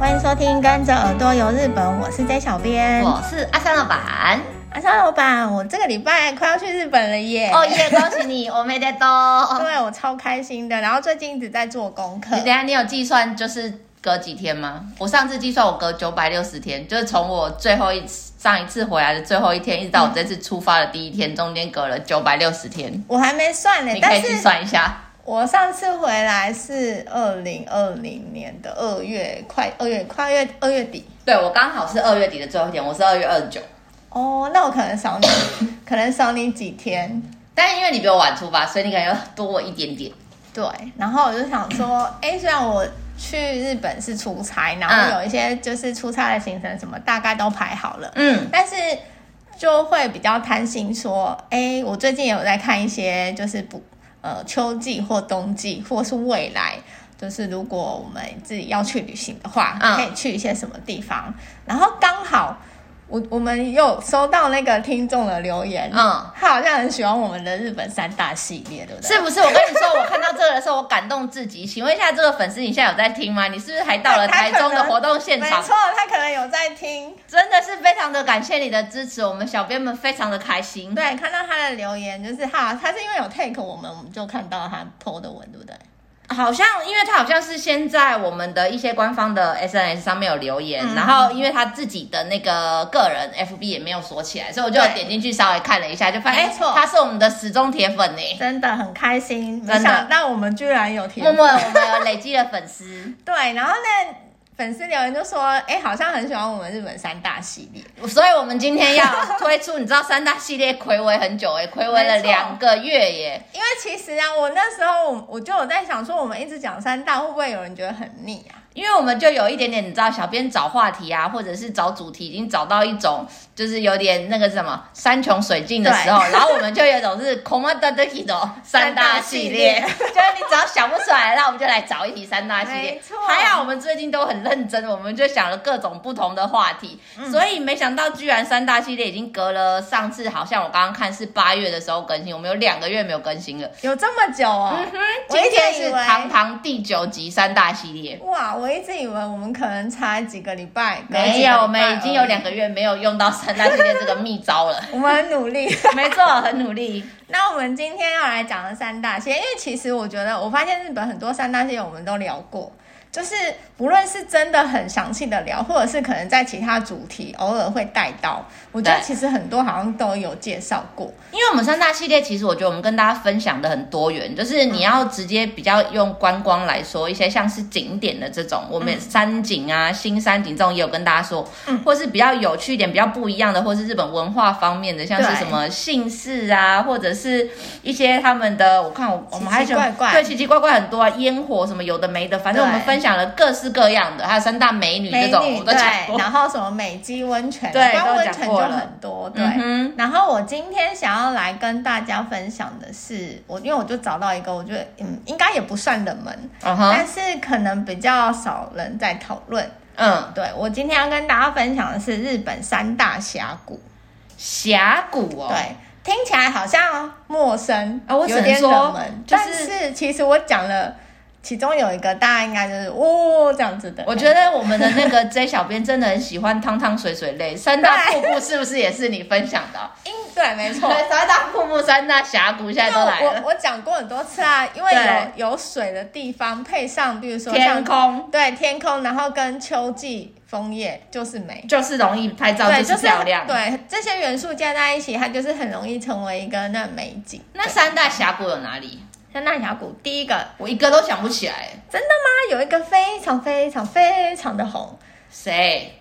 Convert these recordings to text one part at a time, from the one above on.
欢迎收听《跟着耳朵游日本》，我是 J 小编。我是阿三老板。阿三老板，我这个礼拜快要去日本了耶！哦耶，恭喜你，我没得 多。对我超开心的。然后最近一直在做功课你，等一下，你有计算就是隔几天吗？我上次计算我隔九百六十天，就是从我最后一次上一次回来的最后一天，一直到我这次出发的第一天，中间隔了九百六十天。我还没算呢你。可但以计是算一下，我上次回来是二零二零年的二月，快二月，快月二月底。对我刚好是二月底的最后一天，我是二月二十九，哦，那我可能少你， 可能少你几天。但因为你比我晚出发，所以你可能要多我一点点。对，然后我就想说，哎，虽然我去日本是出差，然后嗯有一些就是出差的行程什么大概都排好了，嗯，但是就会比较贪心，说，哎，我最近也有在看一些就是不呃秋季或冬季，或是未来。就是如果我们自己要去旅行的话，嗯可以去一些什么地方？然后刚好我我们又收到那个听众的留言，嗯他好像很喜欢我们的日本三大系列，对不对？是不是？我跟你说，我看到这个的时候，我感动至极。请问一下，这个粉丝你现在有在听吗？你是不是还到了他台他可中的能活动现没场错？，他可能有在听。真的是非常的感谢你的支持，我们小编们非常的开心。对，看到他的留言，就是哈，他是因为有 take 我们，我们就看到他 PO 的文，对不对？好像因为他好像是先在我们的一些官方的 SNS 上面有留言，嗯然后因为他自己的那个个人 FB 也没有锁起来，所以我就有对点进去稍微看了一下，就发现没错诶他是我们的死忠铁粉呢。真的很开心，没真的嗯想到我们居然有听默。默我们有累积了粉丝，对，然后呢，粉丝留言就说，哎、好像很喜欢我们日本三大系列。所以我们今天要推出，你知道三大系列暌违很久诶，暌违了没错两个月耶。因为其实啊，我那时候我我就有在想说，我们一直讲三大，会不会有人觉得很腻啊？因为我们就有一点点，你知道，小编找话题啊，或者是找主题，已经找到一种就是有点那个什么山穷水尽的时候，然后我们就有一种是 k o m a d a d k i 的三大系 列，三大就是你只要想不出来，那我们就来找一题三大系没列哎错。还好我们最近都很认真，我们就想了各种不同的话题，嗯所以没想到居然三大系列已经隔了上次，好像我刚刚看是八月的时候更新，我们有两个月没有更新了。有这么久哦？我嗯今一天直以是为堂堂第九集三大系列。哇，我一直以为我们可能才几个礼拜，隔几没个有，礼我们拜已而经已有两个月没有用到三大系列这个秘招 了。我们很努力。没错，很努力。那我们今天要来讲的三大系列，因为其实我觉得，我发现日本很多三大系列我们都聊过，就是不论是真的很详细的聊，或者是可能在其他主题偶尔会带到，我觉得对其实很多好像都有介绍过。因为我们三大系列，其实我觉得我们跟大家分享的很多元，就是嗯你要直接比较用观光来说，一些像是景点的这嗯种，我们山景啊、新山景这种也有跟大家说，嗯或是比较有趣一点、比较不一样的，或是日本文化方面的，像是对什么姓氏啊，或者是一些他们的，我看我我们还奇奇怪怪喜欢对奇奇怪怪很多啊，烟火什么有的没的，反正我们对分享了各式各样的，还有三大美女这美种，我女们都讲对，过。然后什么美肌温泉，对光都温讲泉就过了很多，对。嗯哼然后我今天想要来跟大家分享的是，我因为我就找到一个，我觉得嗯，应该也不算冷门，嗯哼，但是可能比较少人在讨论。嗯，对我今天要跟大家分享的是日本三大峡谷。峡谷哦，对，听起来好像陌生啊我只有能点说冷门，就但是是其实我讲了，其中有一个大家应该就是哦这样子的。我觉得我们的那个 J 小编真的很喜欢汤汤水水类，三大瀑布是不是也是你分享的？因 对，没错。对，三大瀑布、三大峡谷现在因为都来我了，我我讲过很多次啊，因为对有有水的地方配上，比如说像天空对天空，然后跟秋季枫叶就是美。就是容易拍照，对，是漂亮。对这些元素加在一起，它就是很容易成为一个那美景。那三大峡谷有哪里？三大峡谷，第一个我一个都想不起来，真的吗？有一个非常非常非常的红，谁？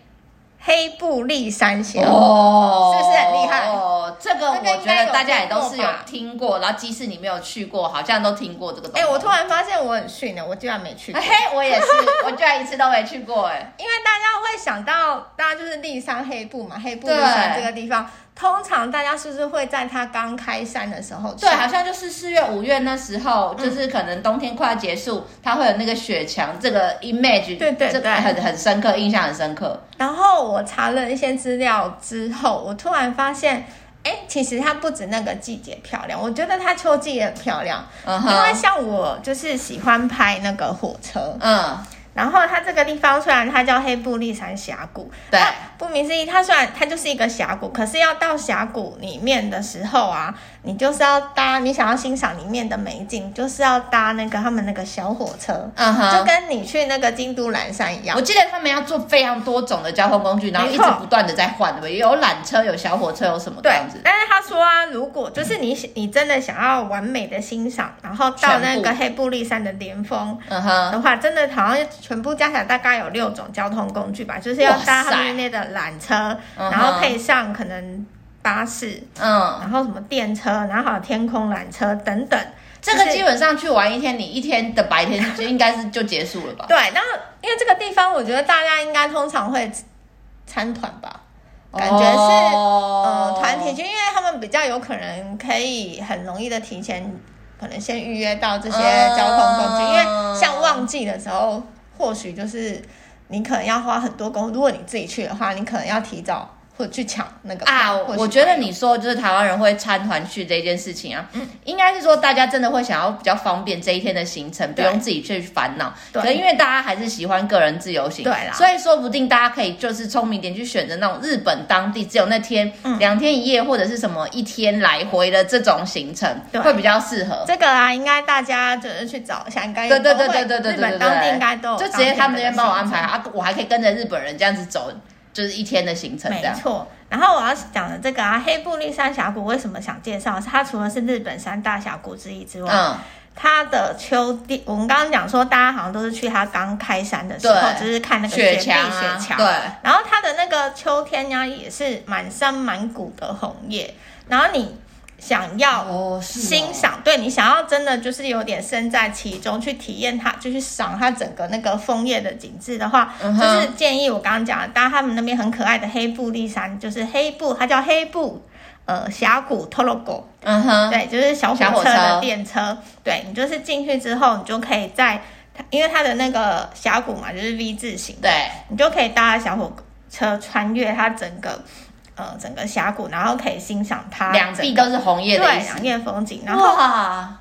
黑布利山峡。哦是不是很厉害哦，这个这个我应觉该有得大家也都听是过有吧听过，然后即使你没有去过，好像都听过这个东哎、西。我突然发现我很逊呢，我居然没去过。 嘿，我也是，我居然一次都没去过，哎。因为大家会想到，大家就是立山黑布嘛，黑布立山这对个地方，通常大家是不是会在它刚开山的时候去？对，好像就是四月、五月那时候，嗯就是可能冬天快要结束，它会有那个雪墙，这个 image，对对这个对很很深刻，印象很深刻。然后我查了一些资料之后，我突然发现，哎、其实它不止那个季节漂亮，我觉得它秋季也很漂亮。嗯因为哼，像我就是喜欢拍那个火车，嗯，然后它这个地方虽然它叫黑布利山峡谷，对那顾名思义，它虽然它就是一个峡谷，可是要到峡谷里面的时候啊，你就是要搭，你想要欣赏里面的美景，就是要搭那个他们那个小火车，嗯就哼。跟你去那个京都岚山一样我。记得他们要做非常多种的交通工具，然后一没直错不断的在换，对不对？有缆车，有小火车，有什么这对样子，。但是他说啊，如果就是你你真的想要完美的欣赏，然后到那全个黑布利山的巅峰，嗯哼，的话，真的好像全部加起来大概有六种交通工具吧，就是要搭哇塞他们那的缆车，嗯哼然后配上可能巴士，嗯，然后什么电车，然后还有天空缆车等等。这就个是基本上去玩一天，你一天的白天就应该是就结束了吧？对，然后因为这个地方，我觉得大家应该通常会参团吧，感觉是、哦呃团体去，因为他们比较有可能可以很容易的提前，可能先预约到这些嗯交通工具，因为像旺季的时候，或许就是你可能要花很多工，如果你自己去的话，你可能要提早或者去抢那个啊，票或许我觉得你说就是台湾人会参团去这件事情啊，嗯应该是说大家真的会想要比较方便这一天的行程，不对用自己去烦恼。对可能因为大家还是喜欢个人自由行，对啦所以说不定大家可以就是聪明一点去选择那种日本当地只有那天、嗯两天一夜或者是什么一天来回的这种行程，对会比较适合。这个啊，应该大家就是去找一下，应该对对对都会对对对对日对本当地应该都有就直接他们那边帮我安排好。啊，我还可以跟着日本人这样子走，就是一天的行程这没样。错，然后我要讲的这个啊，黑布利山峡谷为什么想介绍？是它除了是日本三大峡谷之一之外，嗯，它的秋地，我们刚刚讲说，大家好像都是去它刚开山的时候，对就是看那个雪壁橇啊雪橇。对然后它的那个秋天呀、也是满山满谷的红叶。然后你想要哦，是哦欣赏，对你想要真的就是有点身在其中去体验它，就去赏它整个那个枫叶的景致的话，嗯哼就是建议我刚刚讲的，搭他们那边很可爱的黑布利山，就是黑布，它叫黑布。呃，峡谷 t o l o g o 嗯哼，对，就是小小火火车的车电车。对你就是进去之后，你就可以在它，因为它的那个峡谷嘛，就是 V 字形，对，你就可以搭小火车穿越它整个呃整个峡谷，然后可以欣赏它两整臂个都是红叶对的意思。两面风景。然后哇，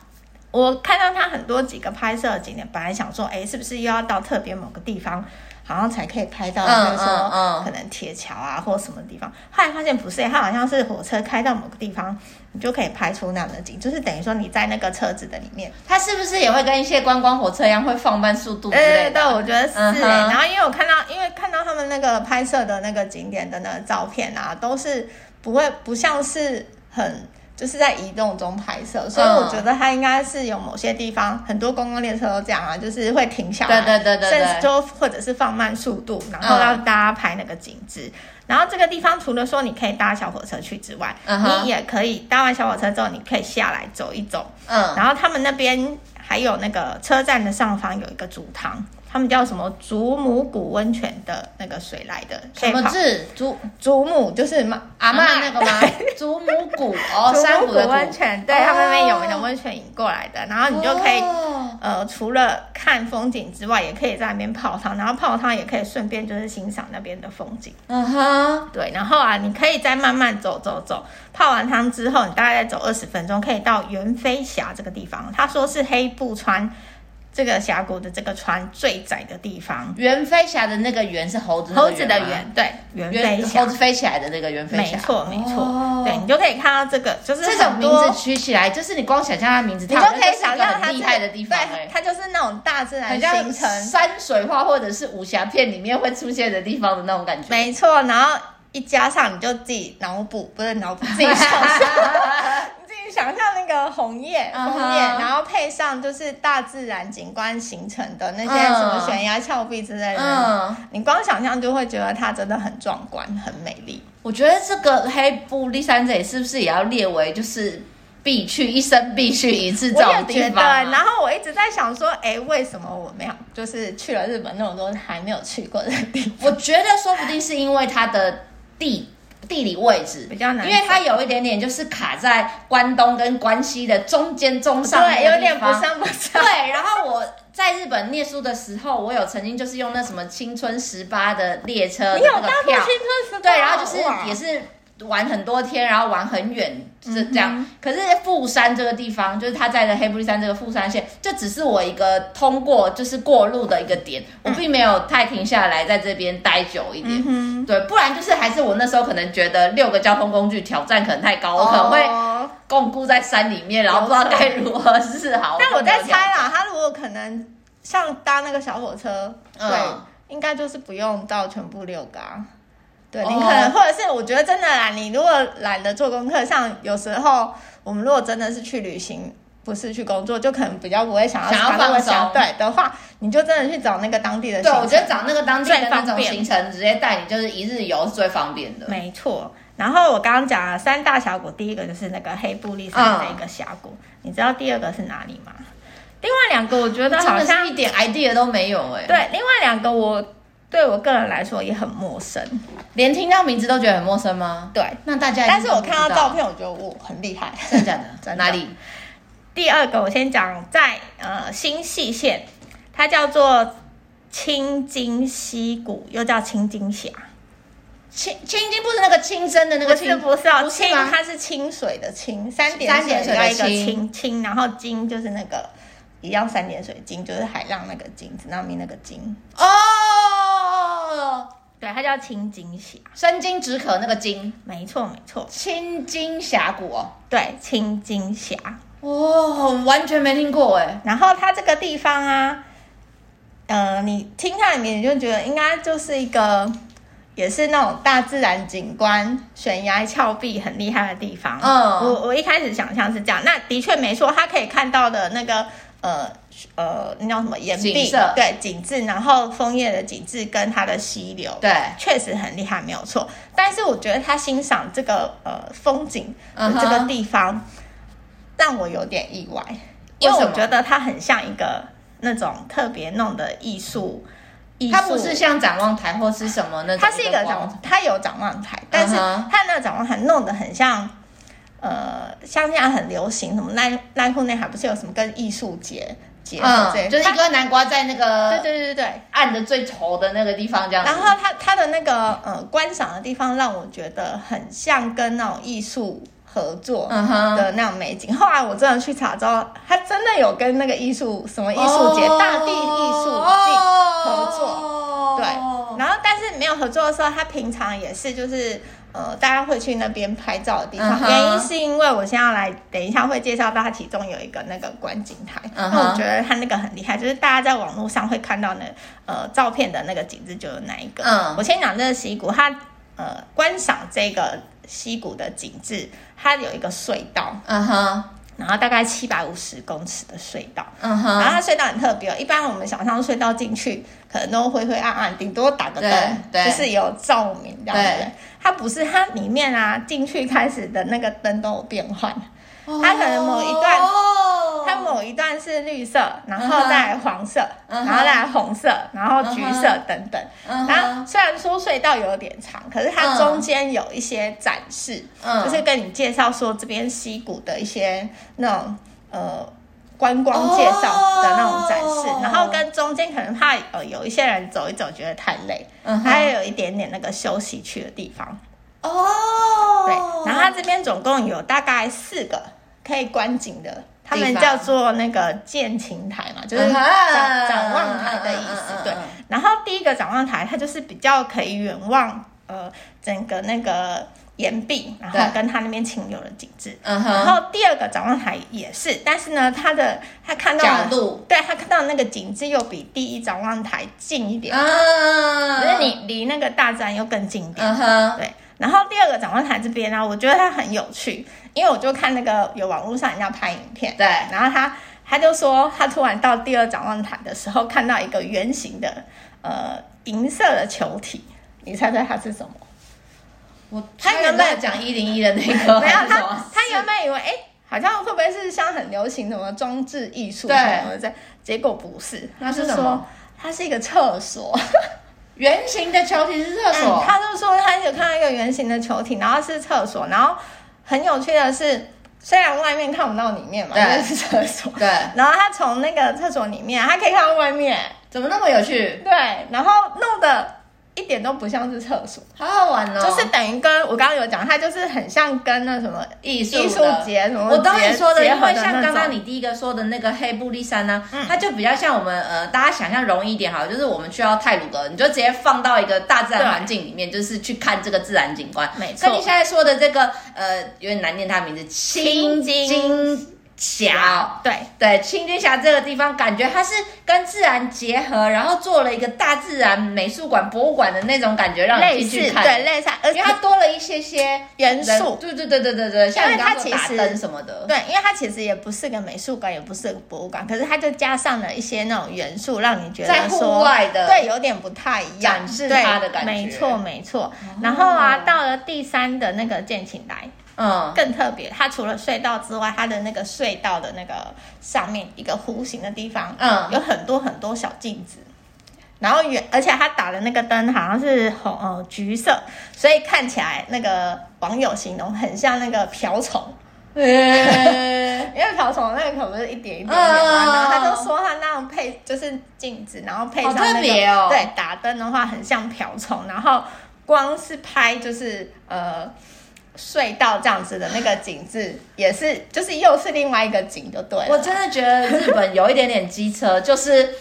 我看到它很多几个拍摄的景点，本来想说，哎，是不是又要到特别某个地方？好像才可以拍到，嗯就是说、嗯嗯可能铁桥啊或什么地方。后来发现不是、它好像是火车开到某个地方，你就可以拍出那样的景，就是等于说你在那个车子的里面。它是不是也会跟一些观光火车一样会放慢速度之类对对的？对，我觉得是、欸嗯哼然后因为我看到，因为看到他们那个拍摄的那个景点的那个照片啊，都是不会不像是很。就是在移动中拍摄，所以嗯我觉得它应该是有某些地方，很多公共列车都这样啊，就是会停下来，对对对对对甚至就或者是放慢速度，然后嗯让大家拍那个景致。然后这个地方除了说你可以搭小火车去之外嗯哼你也可以搭完小火车之后，你可以下来走一走，嗯，然后他们那边还有那个车站的上方有一个竹塘，他们叫什么祖母谷温泉的那个水来的，什可么以泡字？祖祖母就是嘛阿嬷嬷那 个吗？祖母谷哦，祖山母谷谷的温泉，对、哦他们那边有名的温泉引过来的，然后你就可以。哦呃，除了看风景之外，也可以在那边泡汤，然后泡汤也可以顺便就是欣赏那边的风景。嗯哼，对，然后啊，你可以再慢慢走走走，泡完汤之后，你大概再走二十分钟，可以到猿飞峡这个地方。他说是黑布川这个峡谷的这个川最窄的地方，猿飞侠的那个猿是猴子那个猴子的吗猿，对，猿飞猿猴峡子，飞起来的那个猿飞没侠，错没错，哦对你就可以看到这个，就是这种很名多字取起来，就是你光想象它的名字，你它就好像可以是一个想象它很厉害的地方，对，哎它就是那种大自然很像形成山水画或者是武侠片里面会出现的地方的那种感觉。没错，然后一加上你就自己脑补，不是脑补，自己想象， 你自己想象那个红叶，嗯枫哼叶然后配上就是大自然景观形成的那些嗯什么悬崖峭壁之类的，嗯，你光想象就会觉得它真的很壮观，很美丽。我觉得这个黑布利山这里是不是也要列为就是必去一生必去一次这我种也地觉得，方、然啊？后我一直在想说，哎，为什么我没有就是去了日本那么多还没有去过的地方？我觉得说不定是因为它的地地理位置比较难因为它有一点点就是卡在关东跟关西的中间中上那个地对，方，有点不上不上。对，然后我在日本念书的时候，我有曾经就是用那什么青春十八的列车的你有那搭个过票青，春时光？对，然后就是哇也是玩很多天，然后玩很远，是这样。可是富山这个地方，就是它在的黑布利山这个富山县，就只是我一个通过就是过路的一个点，我并没有太停下来在这边待久一点。对，不然就是还是我那时候可能觉得六个交通工具挑战可能太高，我可能会哦共孤在山里面，然后不知道该如何是好。但我在猜了，啦，他如果可能像搭那个小火车，嗯对，应该就是不用到全部六个啊。对你哦可能，或者是我觉得真的啦，你如果懒得做功课，像有时候我们如果真的是去旅行，不是去工作，就可能比较不会想要想要把那么放松想对的话，你就真的去找那个当地的对行程。我觉得找那个当地的那最方种便行程，直接带你就是一日游是最方便的。没错。然后我刚刚讲了三大峡谷，第一个就是那个黑布利山嗯这个峡谷，你知道第二个是哪里吗？另外两个我觉得真好的像是一点 idea 都没有哎、对，另外两个我对我个人来说也很陌生，连听到名字都觉得很陌生吗？对。那大家一定但是我都不看到知照道，片，我觉得我很厉害。真的假的？ 真的哪里？第二个我先讲在呃新细县，它叫做青金溪谷，又叫青金峡，青青金不是那个清蒸的那不个是清，不是哦，不是清吗它是清水的清，三点三点水水加的一个清清清，然后金就是那个一样三点水金，就是海浪那个金，子那边那个金，哦，对，它叫青金峡，生津止渴那个津，没错没错，青金峡谷哦，对，青金峡。哦，完全没听过哎。然后它这个地方啊，呃，你听它里面你就觉得应该就是一个，也是那种大自然景观、悬崖峭壁很厉害的地方。嗯我我一开始想象是这样，那的确没错，它可以看到的那个呃呃，那叫什么岩景壁色对景致，然后枫叶的景致跟它的溪流，对，确实很厉害，没有错。但是我觉得他欣赏这个呃风景的嗯哼这个地方让我有点意外，为因为什我么觉得它很像一个那种特别弄的艺术，艺术它不是像展望台或是什么那种，它是一个展光望，它有展望台，但是嗯哼它那个展望台弄得很像，呃，像现在很流行什么奈奈户内海，不是有什么跟艺术节结合这、嗯，就是一个南瓜在那它对个对对对对。暗的最稠的那个地方这样子。然后它它的那个呃观赏的地方让我觉得很像跟那种艺术合作嗯哼的那种美景。后来我真的去查之后，它真的有跟那个艺术什么艺术哦节、大地艺术季合作作对，哦然后但是没有合作的时候，他平常也是就是呃，大家会去那边拍照的地方。嗯哼原因是因为我现在要来，等一下会介绍到它其中有一个那个观景台，那、嗯哼我觉得它那个很厉害，就是大家在网络上会看到那呃照片的那个景致就有哪一个。嗯我先讲这个溪谷，它呃观赏这个溪谷的景致，它有一个隧道，嗯哼，然后大概七百五十公尺的隧道。嗯然后哼，它隧道很特别、哦，一般我们想象隧道进去可能都灰灰暗暗，顶多打个灯，对就对是有照明这样对子。它不是，它里面啊进去开始的那个灯都有变换，它可能某一段哦它某一段是绿色，然后嗯哼再来黄色，嗯哼然后再来红色，然后橘色嗯等等。嗯然哼后虽然说隧道有点长，可是它嗯中间有一些展示，嗯就是跟你介绍说这边溪谷的一些那种呃观光介绍的那种展示，哦然后跟中间可能怕呃有一些人走一走觉得太累，嗯它哼也有一点点那个休息区的地方。哦，对，然后它这边总共有大概四个可以观景的，他们地方叫做那个见琴台嘛，就是嗯展、哼展望台的意思嗯嗯嗯。嗯对嗯，然后第一个展望台，它就是比较可以远望呃整个那个岩壁，然后对跟它那边清流的景致。嗯然哼，后第二个展望台也是，但是呢，它的它看到的角度，对它看到的那个景致又比第一展望台近一点，嗯，可是你离那个大自然又更近一点。嗯哼，对，然后第二个展望台这边呢、我觉得它很有趣，因为我就看那个有网络上人家拍影片，对然后他他就说他突然到第二展望台的时候，看到一个圆形的呃银色的球体，你猜猜它是什么？我他他原原本本讲一零一的那 个，没有，他呃还是什么他原本以为哎。好像会不会是像很流行什么装置艺术对什么的，结果不是，那是他就什说么？它是一个厕所。圆形的球体是厕所嗯，，他就说他有看到一个圆形的球体，然后是厕所，然后很有趣的是，虽然外面看不到里面嘛，对因为是厕所，对，然后他从那个厕所里面，他可以看到外面，怎么那么有趣？对，然后弄得一点都不像是厕所，好好玩哦，就是等于跟我刚刚有讲，它就是很像跟那什么艺术艺术的节什么我懂你哦结说的，结因合为的像那刚刚种嗯你第一个说的那个黑布利山呢、它就比较像我们呃，大家想象容易一点好了，就是我们去到泰鲁格，你就直接放到一个大自然环境里面，就是去看这个自然景观。没错跟你现在说的这个呃，有点难念它的名字，青青金峡。对对，青金峡这个地方，感觉它是跟自然结合，然后做了一个大自然美术馆、博物馆的那种感觉，让类你进似去看。对类似，而因为且它多了一些些元人素对对对对对对，像因你为刚它刚说其打实灯什么的，对，因为它其实也不是个美术馆，也不是个博物馆，可是它就加上了一些那种元素，让你觉在得户说，外的对，有点不太一样，展示对它的感觉没错，没错。然后啊，到了第三的那个建琴来嗯，更特别，它除了隧道之外，它的那个隧道的那个上面一个弧形的地方，嗯有很多很多小镜子。然后远，而且它打的那个灯好像是红呃橘色，所以看起来那个网友形容很像那个瓢虫，欸因为瓢虫那个可不是一点一点点嘛，嗯然后他就说他那样配就是镜子，然后配上好特那别个、哦对打灯的话很像瓢虫，然后光是拍就是呃隧道这样子的那个景致，也是就是又是另外一个景就对 了。我真的觉得日本有一点点机车，就是。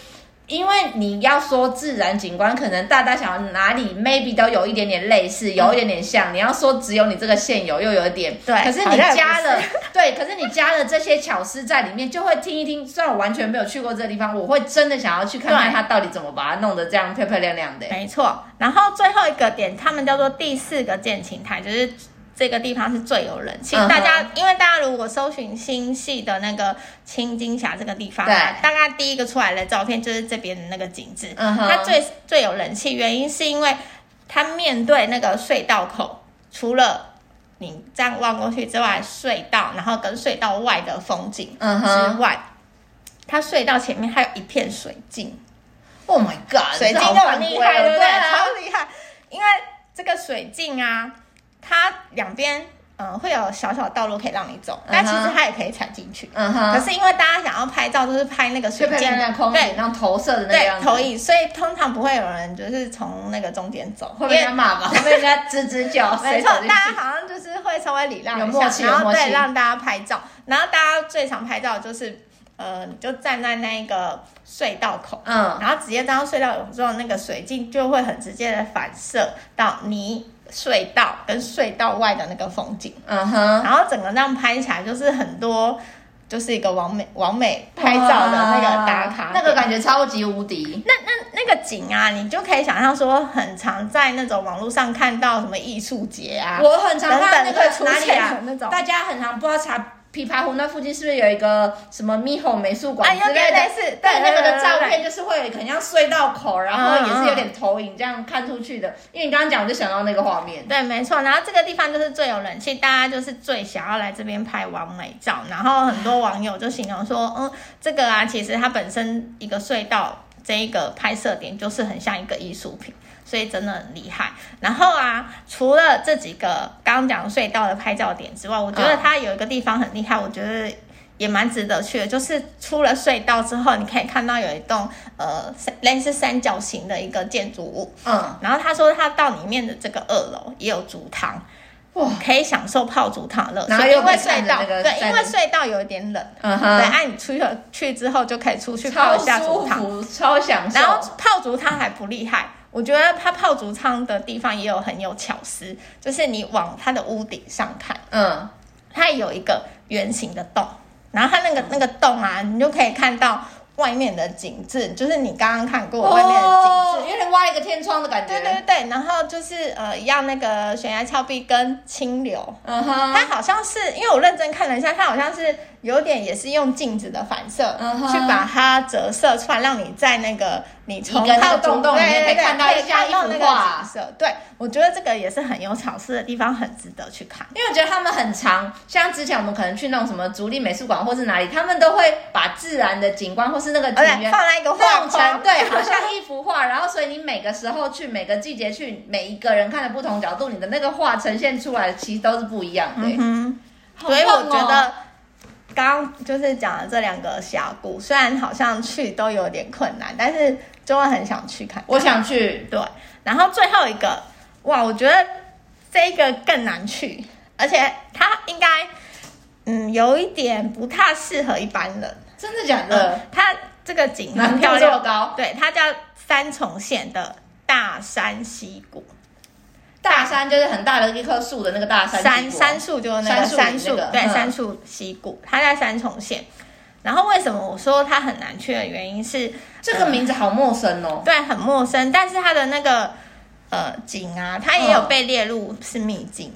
因为你要说自然景观，可能大大小小哪里 maybe 都有一点点类似，有一点点像。你要说只有你这个县有，又有一点对可是好你像也不加是了， 对，可是你加了这些巧思在里面，就会听一听。虽然我完全没有去过这个地方，我会真的想要去看看对它到底怎么把它弄得这样漂漂亮亮的。没错，然后最后一个点，他们叫做第四个建琴台，就是这个地方是最有人气。嗯哼大家因为大家如果搜寻新系的那个青金峡这个地方、啊，对大概第一个出来的照片就是这边的那个景致。嗯哼它最最有人气，原因是因为它面对那个隧道口，除了你这样望过去之外，隧道，然后跟隧道外的风景嗯哼之外，它隧道前面还有一片水镜。 Oh my god，水这晶好就很犯厉规害，哦对不对对？啊超厉害，因为这个水镜啊，它两边嗯会有小小道路可以让你走，但其嗯实哼它也可以踩进去。嗯可哼，是因为大家想要拍照，就是拍那个就水漂镜漂亮亮空对景，然后投射的那个样对子，投影，所以通常不会有人就是从那个中间走，会被人家骂吧？会被人家指指脚，没谁错走进，去？大家好像就是会稍微礼让有一默下，契有然后默契对让大家拍照，然后大家最常拍照的就是呃，你就站在那个隧道口，嗯，然后直接到隧道泳之后，那个水镜就会很直接的反射到你隧道跟隧道外的那个风景，嗯哼，然后整个那样拍起来就是很多，就是一个完美完美拍照的那个打卡哇点，那个感觉超级无敌。那那那个景啊，你就可以想象说，很常在那种网络上看到什么艺术节啊，我很常看那等等个会出哪里啊现的那？种大家很常不知道查琵琶湖那附近是不是有一个什么猕猴美术馆啊有之哎类的？点类似对但那对个的对照对片就是会有一个很像隧道口，然后也嗯是嗯有点投影这样看出去的。因为你刚刚讲，我就想到那个画面。对，没错。然后这个地方就是最有人气，大家就是最想要来这边拍完美照。然后很多网友就形容说，嗯，这个啊，其实它本身一个隧道这一个拍摄点就是很像一个艺术品，所以真的很厉害。然后啊，除了这几个刚刚讲隧道的拍照点之外，我觉得它有一个地方很厉害，我觉得。也蛮值得去的，就是出了隧道之后，你可以看到有一栋呃三类似三角形的一个建筑物，嗯，然后他说他到里面的这个二楼也有煮汤，哇，可以享受泡煮汤的乐趣。然后又因为可以看隧着道，那个对，山因为林隧道有一点冷，嗯对，哼，哎、你出去去之后就可以出去泡超一下舒煮汤，服，超享受。然后泡竹汤还不厉害，我觉得它泡竹汤的地方也有很有巧思，就是你往它的屋顶上看，嗯，它有一个圆形的洞，然后它嗯那个那个洞啊，你就可以看到外面的景致，就是你刚刚看过外面的景致。哦，有点挖了一个天窗的感觉。对对对，然后就是呃，一样那个悬崖峭壁跟清流，嗯哼，它好像是因为我认真看了一下，它好像是有点也是用镜子的反射、嗯哼去把它折射出来，让你在那个你从一个那个靠近洞洞里面对对对可以看到一下可以看到那一幅画个景色。对，我觉得这个也是很有巧思的地方，很值得去看。因为我觉得他们很长，像之前我们可能去那种什么竹立美术馆或是哪里，他们都会把自然的景观或是那个而景且园放在一个画弄框，成对，好像一幅画。然后，所以你每个时候去，每个季节去，每一个人看的不同角度，你的那个画呈现出来其实都是不一样的。嗯哼。好棒所哦以我觉得刚刚就是讲的这两个峡谷，虽然好像去都有点困难，但是就会很想去看。我想去，对，然后最后一个，哇，我觉得这个更难去，而且它应该，嗯，有一点不太适合一般人。真的假呃的？，它这个景难嗯很度漂这么亮，高，对，它叫三重县的大山溪谷，大山就是很大的一棵树的那个大山山帝国山树就是那个山山树树，里那个对，嗯山树溪谷，它在三重县。然后为什么我说它很难去的原因是，这个名字好陌生哦。对，很陌生，但是它的那个呃景啊，它也有嗯被列入是秘境，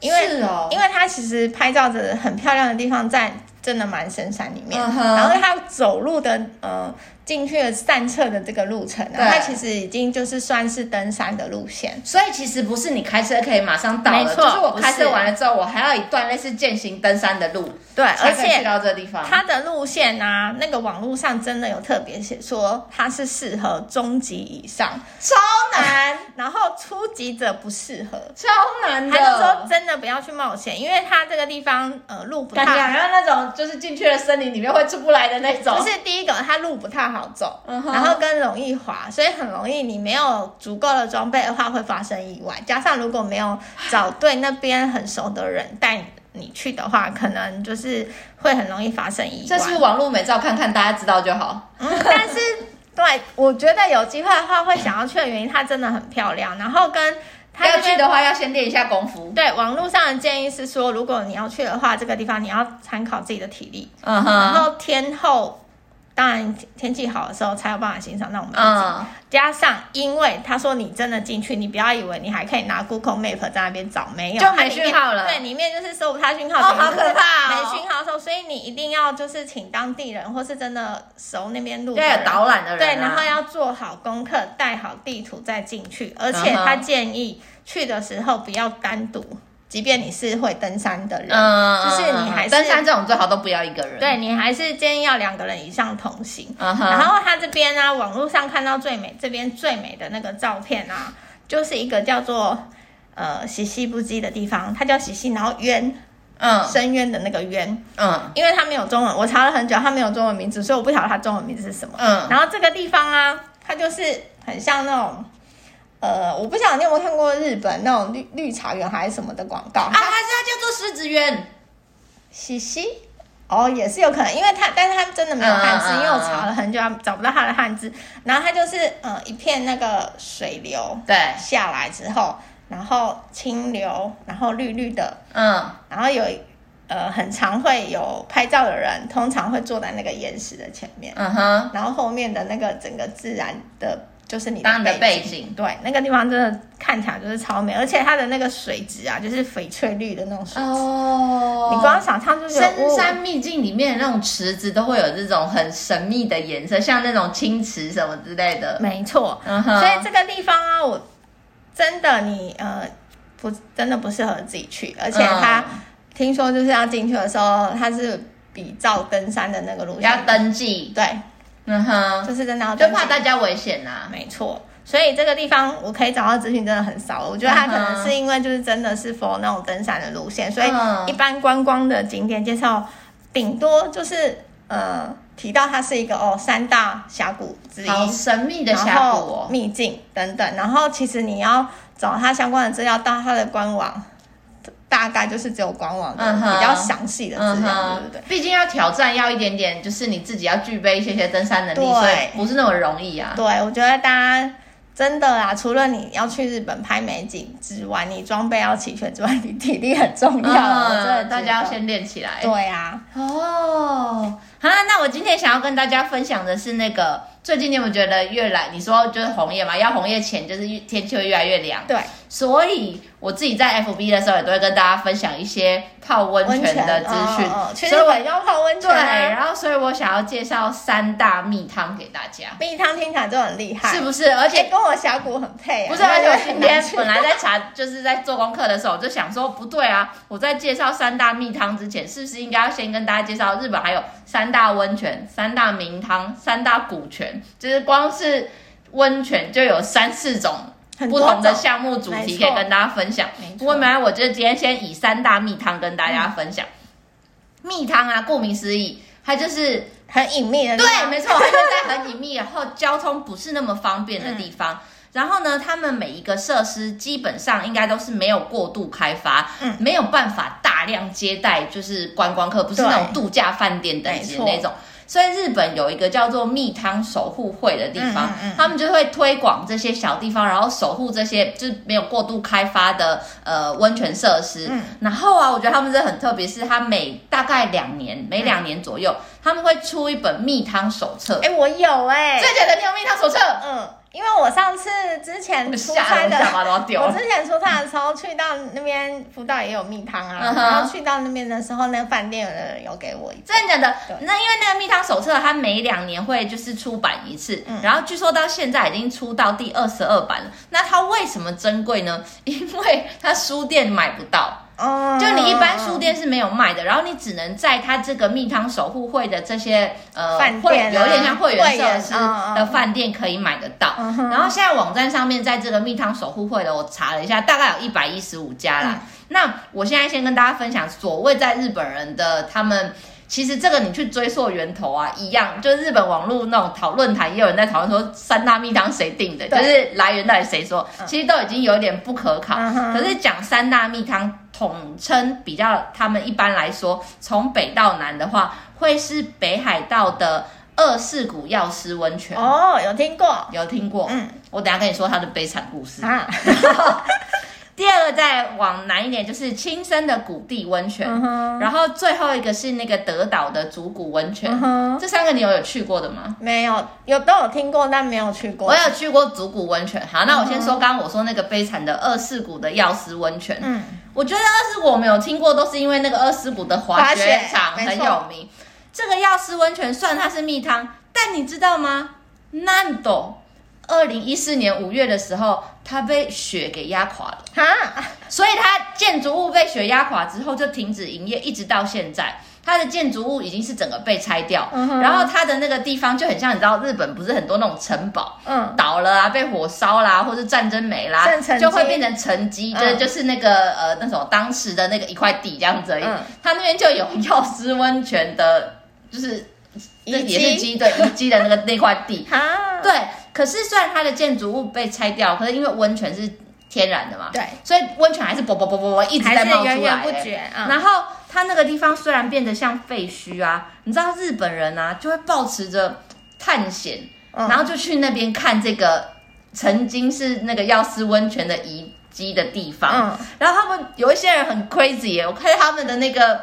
因为是哦，因为它其实拍照的很漂亮的地方在真的蛮深山里面，嗯哼然后它走路的呃进去的散策的这个路程啊，对它其实已经就是算是登山的路线。所以其实不是你开车可以马上到没的，错就是我不开是车完了之后，我还要一段类似践行登山的路，对，才而可以去且到这个地方。它的路线啊，那个网络上真的有特别写说它是适合中级以上，超 难，然后初级者不适合。超难他就说的。真的不要去冒险，因为它这个地方呃路不感觉好太，像那种就是进去了森林里面会出不来的那种，不是第一个它路不太好走，嗯哼然后跟容易滑，所以很容易你没有足够的装备的话会发生意外。加上如果没有找对那边很熟的人带你去的话，可能就是会很容易发生意外。这是网络美照看看，大家知道就好。嗯，但是对我觉得有机会的话会想要去的原因，它真的很漂亮，然后跟它要那边去的话，要先练一下功夫。对网络上的建议是说，如果你要去的话，这个地方你要参考自己的体力。嗯然哼，后天后，当然天天气好的时候才有办法欣赏那种美景。嗯，加上，因为他说你真的进去，你不要以为你还可以拿 Google Map 在那边找，没有，就没它里面讯号了对，里面就是搜不到讯号，哦，好可怕没哦！讯号的时候，所以你一定要就是请当地人或是真的熟那边路的要有人。导览的人啊、对，然后要做好功课，带好地图再进去。而且嗯哼他建议去的时候不要单独，即便你是会登山的人，嗯，就是你还是登山这种最好都不要一个人。，对你还是建议要两个人以上同行。嗯然哼，后它这边呢、网络上看到最美这边最美的那个照片啊，就是一个叫做呃喜西不羁的地方，它叫喜西，然后渊嗯深渊的那个渊，嗯因为它没有中文，我查了很久，它没有中文名字，所以我不晓得它中文名字是什么。嗯，然后这个地方啊，它就是很像那种。呃，我不晓得你有没有看过日本那种绿绿茶园还是什么的广告啊，还是它叫做狮子渊。西西。哦，也是有可能，因为它，但是它真的没有汉字，嗯嗯嗯因为我查了很久，找不到它的汉字。然后它就是，嗯、一片那个水流对，下来之后，然后清流，然后绿绿的，嗯，然后有，呃，很常会有拍照的人，通常会坐在那个岩石的前面，嗯哼，然后后面的那个整个自然的，就是你的当你的背景背景。对，那个地方真的看起来就是超美，而且它的那个水质啊，就是翡翠绿的那种水质，哦你光想象就觉得哦深哇山秘境里面的那种池子都会有这种很神秘的颜色，像那种青池什么之类的。没错，嗯哼，所以这个地方啊，我真的你呃不真的不适合自己去，而且它、嗯听说就是要进去的时候，它是比照登山的那个路嗯要线，登记，对，嗯哼，就是真的要就登怕山，大家危险啊呐、没错。所以这个地方我可以找到资讯真的很少了，我觉得它可能是因为就是真的是 for 那种登山的路线，所以嗯一般观光的景点介绍，顶多就是呃提到它是一个哦三大峡谷之一，好神秘的然峡谷后哦，秘境等等。然后其实你要找它相关的资料到它的官网，大概就是只有官网的嗯哼比较详细的资嗯料，哼对不对？毕竟要挑战，要一点点，就是你自己要具备一些些登山能力，对所以不是那么容易啊。对，我觉得大家。真的啦，除了你要去日本拍美景之外，你装备要齐全之外， 你体力很重要。我真的嗯，觉大家要得先练起来。对啊，哦，好，那我今天想要跟大家分享的是那个，最近你有没有觉得越来，你说就是红叶嘛，要红叶前就是越天气会越来越凉，对，所以我自己在 FB 的时候也都会跟大家分享一些泡温温泉泉的资讯，嗯嗯嗯去所以日我本要泡温泉对，啊、然后所以我想要介绍三大蜜汤给大家，蜜汤听起来就很厉害，是不是？而而且且。跟我峡谷很配、啊。不是，而且我今天本来来在查，就是在做功课的时候，我就想说，不对啊！我在介绍三大蜜汤之前，是不是应该要先跟大家介绍日本还有三大温泉、三大名汤、三大古泉？就是光是温泉就有三四种不同的项目主题可以跟大家分享。没错不过没关系，我就今天先以三大蜜汤跟大家分享。蜜汤啊，顾名思义，它就是很隐秘的地对，方，没错，他们在很隐秘，然后交通不是那么方便的嗯地方。然后呢，他们每一个设施基本上应该都是没有过度开发，嗯没有办法大量接待就是观光客，不是对那种度假饭店等级的没错那种。所以日本有一个叫做蜜汤守护会的地方，嗯嗯嗯他们就会推广这些小地方，然后守护这些就是没有过度开发的呃温泉设施。嗯然后啊，我觉得他们这很特别，是他每大概两嗯年，每两年左右，他们会出一本蜜汤手册。哎、我有哎、最简单，你有蜜汤手册？嗯，因为我上次之前出吓得差我的。下巴都要掉我了。之前出差的时候去到那边，福岛也有蜜汤啊嗯哼然后去到那边的时候，那个饭店有人有给我一真的假的对？那因为那个蜜汤手册，它每两年会就是出版一次，嗯然后据说到现在已经出到第二十二版了。那它为什么珍贵呢？因为它书店买不到。哦就你一般书店是没有卖的，然后你只能在它这个蜜汤守护会的这些呃饭会店啊有点像会会员员设施嗯嗯的饭店可以买得到。嗯哼然后现在网站上面在这个蜜汤守护会的，我查了一下，大概有一百一十五家嗯啦。那我现在先跟大家分享，所谓在日本人的他们。其实这个你去追溯源头啊，一样，就是日本网络那种讨论坛，也有人在讨论说三大蜜汤谁定的，就对是来源到底谁说，其实都已经有点不可考。嗯哼可是讲三大蜜汤，统称比较，他们一般来说，从北到南的话，会是北海道的二世谷药师温泉。哦，有听过，有听过？嗯我等一下跟你说它的悲惨故事。啊，第二个再往南一点就是青森的谷地温泉，嗯哼，然后最后一个是那个德岛的竹谷温泉。嗯哼，这三个你有有去过的吗？没有，有都有听过，但没有去过。我有去过竹谷温泉。好，那我先说刚刚我说那个悲惨的二世谷的药师温泉。嗯，我觉得二世谷我没有听过，都是因为那个二世谷的滑雪场滑雪很有名。这个药师温泉算它是蜜汤，但你知道吗？难斗二零一四年五月的时候，它被雪给压垮了，哈，所以它建筑物被雪压垮之后就停止营业，一直到现在。它的建筑物已经是整个被拆掉，嗯哼然后它的那个地方就很像你知道日本不是很多那种城堡，嗯，倒了啊，被火烧啦，或是战争没啦变成，就会变成沉积，嗯就是就是那个呃那种当时的那个一块地这样子而已。嗯他那边就有药师温泉的，就是那遗迹嗯也是基对遗迹的那个那块地。哈，对，可是虽然它的建筑物被拆掉，可是因为温泉是天然的嘛，对，所以温泉还是啵啵啵啵啵一直还在是冒出来、源源不欸绝啊，然后它那个地方虽然变得像废墟啊，你知道日本人啊就会保持着探险，嗯然后就去那边看这个曾经是那个药师温泉的遗迹的地方。嗯，然后他们有一些人很 crazy 耶，我看他们的那个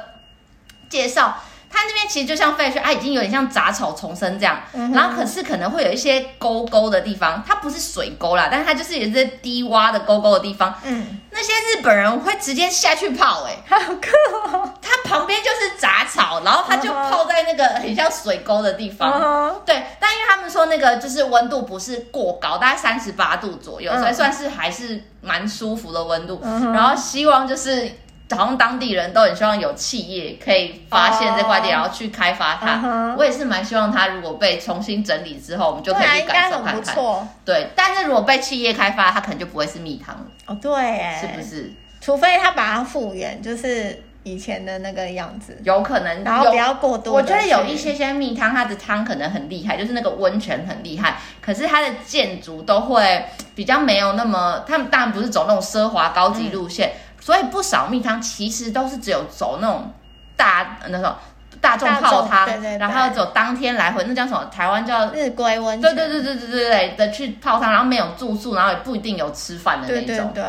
介绍，他那边其实就像废墟，啊它已经有点像杂草丛生这样，嗯哼然后可是可能会有一些沟沟的地方，它不是水沟啦，但是它就是有一些低洼的沟沟的地方，嗯，那些日本人会直接下去泡哎、好酷哦，它旁边就是杂草，然后它就泡在那个很像水沟的地方。嗯对，但因为他们说那个就是温度不是过高，大概三十八度左右，嗯所以算是还是蛮舒服的温度。嗯哼然后希望就是好像当地人都很希望有企业可以发现这块地，哦然后去开发它。嗯哼我也是蛮希望它如果被重新整理之后，我们就对可以啊，去应该感受很看不看。错。对，但是如果被企业开发，它可能就不会是蜜糖了，哦，对，哎，是不是？除非他把它复原，就是以前的那个样子，有可能然后有不要过度。我觉得有一，些些蜜汤，它的汤可能很厉害，就是那个温泉很厉害，可是它的建筑都会比较没有那么，他们当然不是走那种奢华高级路线，所以不少蜜汤其实都是只有走那种大那种大众大众泡汤，对对对然后只有当天来回，那叫什么？台湾叫日归温对泉，对对对对对对的去泡汤，然后没有住宿，然后也不一定有吃饭的那对一对种。对，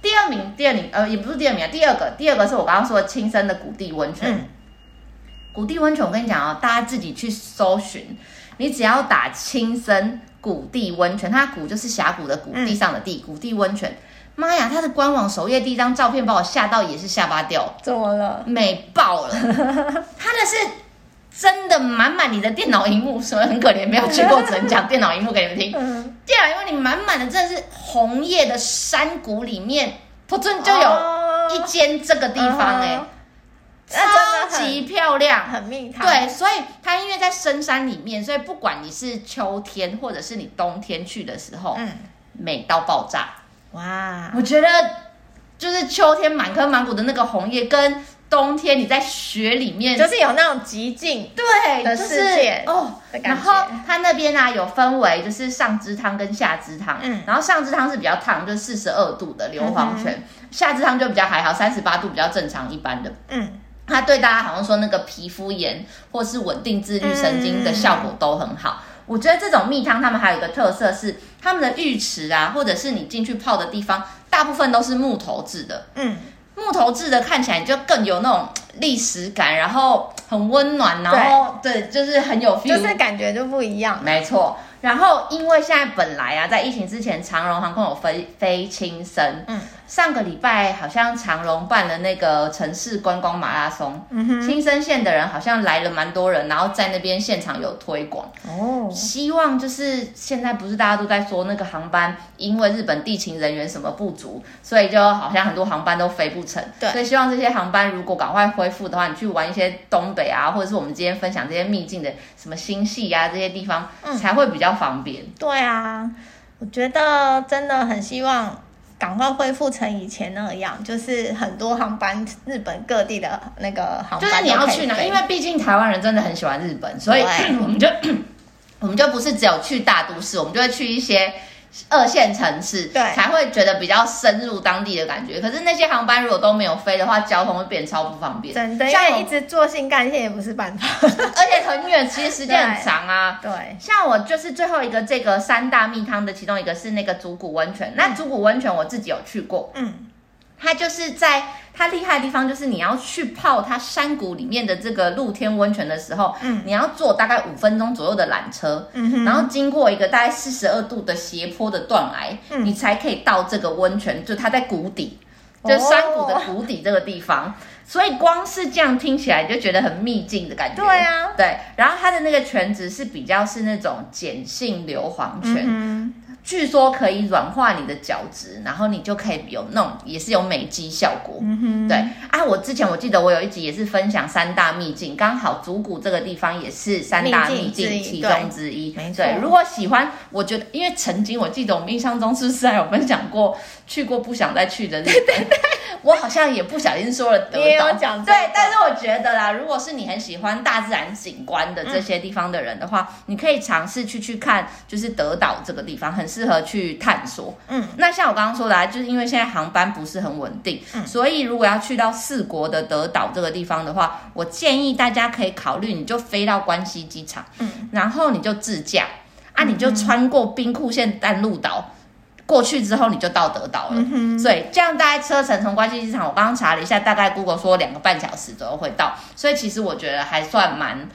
第二名，第二名，呃，也不是第二名啊，第二个，第二个是我刚刚说的亲生的谷地温泉。嗯谷地温泉，我跟你讲哦，大家自己去搜寻，你只要打“亲生谷地温泉”，它的谷就是峡谷的谷，嗯地上的地，谷地温泉。妈呀，它的官网首页第一张照片把我吓到，也是下巴掉，怎么了？美爆了。它的是真的满满你的电脑荧幕，所以很可怜，没有去过，只 能讲电脑荧幕给你们听。嗯，电脑荧幕里满满的真的是红叶的山谷里面，不嗯准就有有一间这个地方哎、哦嗯那真的超很级漂亮。很密探，对，所以它因为在深山里面，所以不管你是秋天或者是你冬天去的时候，嗯，美到爆炸。哇，我觉得就是秋天满坑满谷的那个红叶，跟冬天你在雪里面，就是有那种极境对，的就是世界哦。的感然觉。后它那边呢、啊有分为就是上肢汤跟下肢汤，嗯然后上肢汤是比较烫，就四十二度的硫磺泉，下肢汤就比较还好，三十八度比较正常一般的。嗯，它对大家好像说那个皮肤炎或是稳定自律神经的效果都很好。我觉得这种蜜汤他们还有一个特色是，他们的浴池啊，或者是你进去泡的地方，大部分都是木头制的。嗯，木头制的看起来就更有那种历史感，然后很温暖，然后对就是很有 feel，就是感觉就不一样。没错。然后因为现在本来啊，在疫情之前，长荣航空有飞飞轻生，嗯，上个礼拜好像长荣办了那个城市观光马拉松，嗯哼，青森县的人好像来了蛮多人，然后在那边现场有推广，哦，希望就是现在不是大家都在说那个航班，因为日本地勤人员什么不足，所以就好像很多航班都飞不成。对所以希望这些航班如果赶快恢复的话，你去玩一些东北啊，或者是我们今天分享这些秘境的什么星系啊这些地方，嗯才会比较方便。对啊，我觉得真的很希望赶快恢复成以前那样，就是很多航班，日本各地的那个航班就是你都要可以去哪，飞因为毕竟台湾人真的很喜欢日本，所以对 我们就我们就不是只有去大都市，我们就会去一些二线城市，对才会觉得比较深入当地的感觉。可是那些航班如果都没有飞的话，交通会变超不方便，真的，因像为我一直坐性干线也不是办法。而且很远，其实时间很长啊。对，像我就是最后一个这个三大蜜汤的其中一个是那个竹谷温泉，那竹谷温泉我自己有去过，嗯，它就是在它厉害的地方，就是你要去泡它山谷里面的这个露天温泉的时候，嗯你要坐大概五分钟左右的缆车，嗯哼然后经过一个大概四十二度的斜坡的断崖，嗯你才可以到这个温泉，就它在谷底，哦就山谷的谷底这个地方。所以光是这样听起来你就觉得很秘境的感觉，对啊对。然后它的那个泉质是比较是那种碱性硫磺泉，嗯据说可以软化你的角质，然后你就可以有那种也是有美肌效果。哼，嗯哼，对啊，我之前我记得我有一集也是分享三大秘境，刚好竹谷这个地方也是三大秘秘境境之一其中之一。对没错对，如果喜欢，我觉得因为曾经我记得我们印象中是不是还有分享过去过不想再去的日本？ 我好像也不小心说了德岛，你也有讲对这个，但是我觉得啦，如果是你很喜欢大自然景观的这些地方的人的话，你可以尝试去去看，就是德岛这个地方很适合去探索。嗯，那像我刚刚说的、啊，就是因为现在航班不是很稳定，嗯所以如果要去到四国的德岛这个地方的话，我建议大家可以考虑，你就飞到关西机场，嗯然后你就自驾啊，你就穿过兵库县淡路岛。过去之后你就到德岛了，嗯哼所以这样大概车程从关西机场，我刚刚查了一下，大概 Google 说两个半小时左右会到，所以其实我觉得还算蛮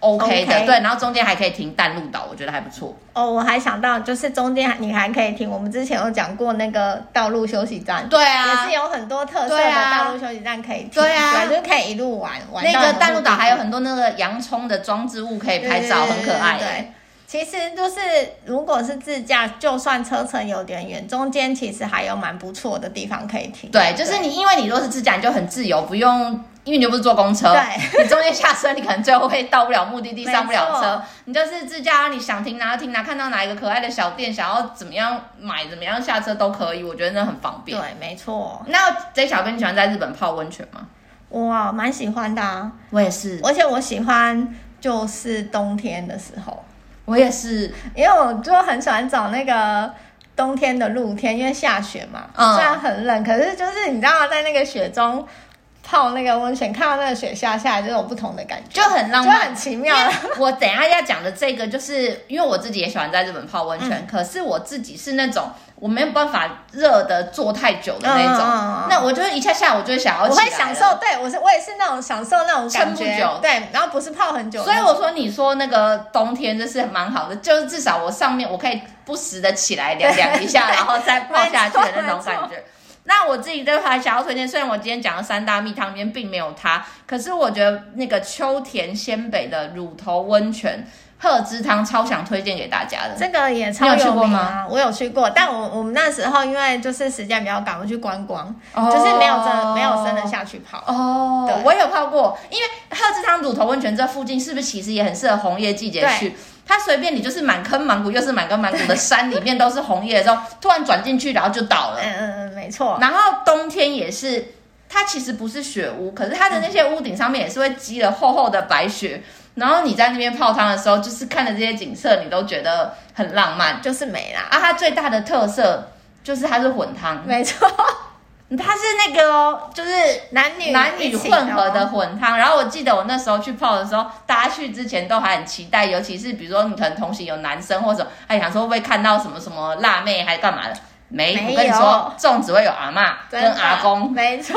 OK 的 OK 对，然后中间还可以停淡路岛，我觉得还不错。哦，我还想到，就是中间你还可以听，我们之前有讲过那个道路休息站，对啊，也是有很多特色对的啊道路休息站可以停，对啊就是可以一路玩玩到那个你的淡路目的岛还有地很多那个洋葱的装置物可以拍照，很可爱。对对，对其实就是如果是自驾，就算车程有点远，中间其实还有蛮不错的地方可以停。对，就是你，因为你如果是自驾，你就很自由，不用，因为你又不是坐公车，对 你中间下车，你可能最后会到不了目的地，没上不了错车，你就是自驾，啊你想停哪就停哪，看到哪一个可爱的小店，想要怎么样买，怎么样下车都可以，我觉得那很方对便。没错，那 J 小编你喜欢在日本泡温泉吗？哇，蛮喜欢的啊，我也是，而且我喜欢就是冬天的时候，我也是，因为我就很喜欢找那个。冬天的露天，因为下雪嘛，嗯虽然很冷，可是就是你知道，在那个雪中泡那个温泉，看到那个雪下下来，就有不同的感觉，就很浪就漫，很奇妙。 我等一下要讲的这个，就是因为我自己也喜欢在日本泡温泉，可是我自己是那种我没有办法热的坐太久的那种，嗯嗯嗯嗯那我就一下下我就会想要我起来会了享受，。对我是我也是那种享受那种感哦撑觉不久，对，然后不是泡很久，所以我说，你说那个冬天就是蛮好的，就是至少我上面我可以不时的起来凉凉一下，然后再泡下去的那种感觉。 那我自己对它想要推荐，虽然我今天讲的三大蜜汤里面并没有它，可是我觉得那个秋田仙北的乳头温泉鹤之汤超想推荐给大家的。这个也超有你有去过名吗啊！我有去过，但我我们那时候因为就是时间比较赶，我去观光，哦就是没有真的没有真的下去跑。哦对，我有泡过，因为鹤之汤乳头温泉这附近是不是其实也很适合红叶季节去？它随便你就是满坑满谷，又是满坑满谷的山里面都是红叶的时候，突然转进去然后就倒了。嗯嗯嗯嗯，没错。然后冬天也是，它其实不是雪屋，可是它的那些屋顶上面也是会积了厚厚的白雪。然后你在那边泡汤的时候，就是看着这些景色，你都觉得很浪漫就是没啦，啊！它最大的特色就是它是混汤，没错，嗯它是那个哦，就是 男女男一女起混合的哦混汤。然后我记得我那时候去泡的时候，大家去之前都还很期待，尤其是比如说你可能同行有男生或者还想说会不会看到什么什么辣妹还干嘛的。没，没有我跟你说，粽子会有阿嬷真跟的阿公，没 错，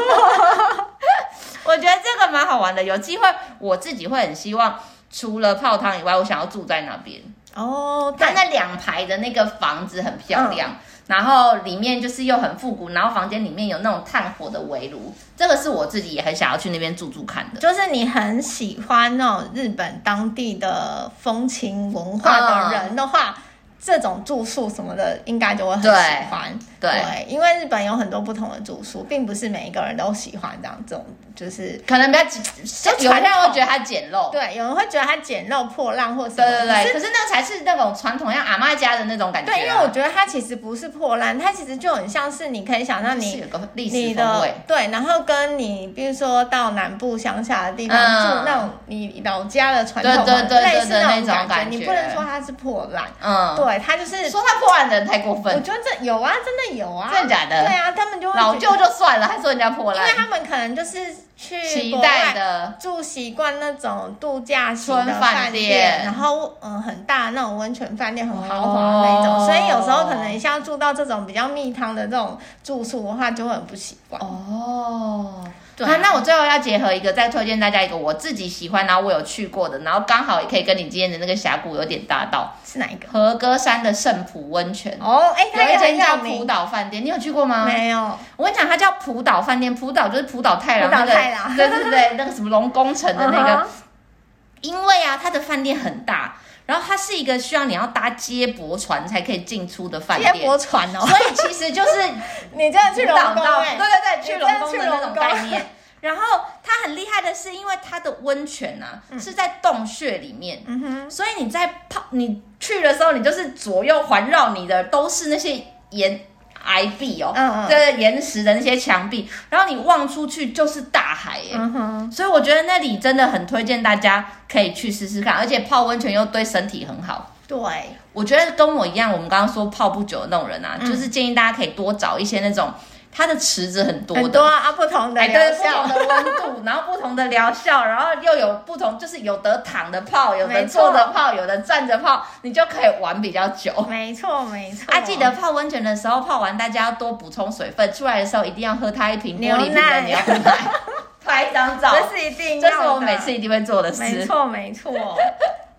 我觉得这个蛮好玩的。有机会我自己会很希望，除了泡汤以外，我想要住在那边。哦，它对，嗯那两排的那个房子很漂亮，然后里面就是又很复古，然后房间里面有那种炭火的围炉，这个是我自己也很想要去那边住住看的。就是你很喜欢那种日本当地的风情文化嗯的人的话，这种住宿什么的，应该就会很对喜欢。对因为日本有很多不同的住宿，并不是每一个人都喜欢这样这种，就是可能比较简，有些人会觉得它简陋，对，有人会觉得它简陋破烂或什么对对的，对，可是那个才是那种传统像阿妈家的那种感觉啊、对，因为我觉得它其实不是破烂，它其实就很像是你可以想象是你有个历你史风的味，对，然后跟你比如说到南部乡下的地方、嗯住那种你老家的传统对对对类似对对那种那种感感你觉不能说它是破烂，嗯，对，它就是说它破烂的人太过我分，觉得这有啊，真的有啊，真的假的对啊，他们就会老觉旧就算了，还说人家破因为烂，他们可能就是去期国待外的住习惯那种度假型的村饭饭店，店然后嗯很大那种温泉饭店，很豪华的那种，哦所以有时候可能一下住到这种比较蜜汤的这种住宿的话，就会很不习惯。哦，对啊那我最后要结合一个，再推荐大家一个我自己喜欢，然后我有去过的，然后刚好也可以跟你今天的那个峡谷有点搭到，是哪一个？和歌山的圣浦温泉。哦，哎，它有也一很有间叫浦名，岛饭店，你有去过吗？没有，我跟你讲，它叫浦岛饭店，浦岛就是浦岛太郎浦岛那个，太郎 对对对，那个什么龙宫城的那个嗯哼因为啊，它的饭店很大，然后它是一个需要你要搭接驳船才可以进出的饭接店，驳船 哦，所以其实就是你真的 去龙岛宫到，哎对，对对，你去真的龙宫去的龙那种宫概念。然后它很厉害的是，因为它的温泉啊、是在洞穴里面，嗯哼，所以你在泡你去的时候，你就是左右环绕你的都是那些岩崖壁哦，嗯嗯这岩石的那些墙壁，然后你望出去就是大海耶。嗯哼，所以我觉得那里真的很推荐大家可以去试试看，而且泡温泉又对身体很好。对，我觉得跟我一样，我们刚刚说泡不久的那种人啊，嗯就是建议大家可以多找一些那种它的池子很多的，很多啊，不同的哎，疗对，不同效，的温度，然后不同的疗效，然后又有不同，就是有的躺着泡，有没的错坐着泡，有的站着泡，你就可以玩比较久。没错没错， 啊，记得泡温泉的时候，泡完大家要多补充水分，出来的时候一定要喝它一瓶玻璃瓶牛奶的牛 奶，拍一张照，这是一定这要的，是我每次一定会做的没事。错，没错。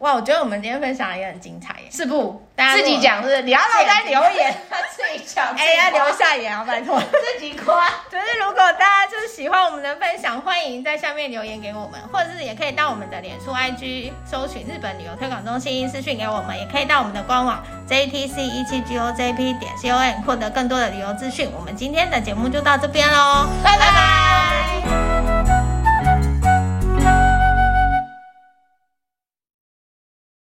哇，我觉得我们今天分享也很精彩耶！是不？大家如自果己讲是不是？你要让大家留言，自己讲，哎，要自己夸留下言啊，拜托。 自己夸。就是如果大家就是喜欢我们的分享，欢迎在下面留言给我们，或者是也可以到我们的脸书、IG 搜寻日本旅游推广中心私讯给我们，也可以到我们的官网 JTC 一七 GOJP 点 CON 获得更多的旅游资讯。我们今天的节目就到这边喽，拜拜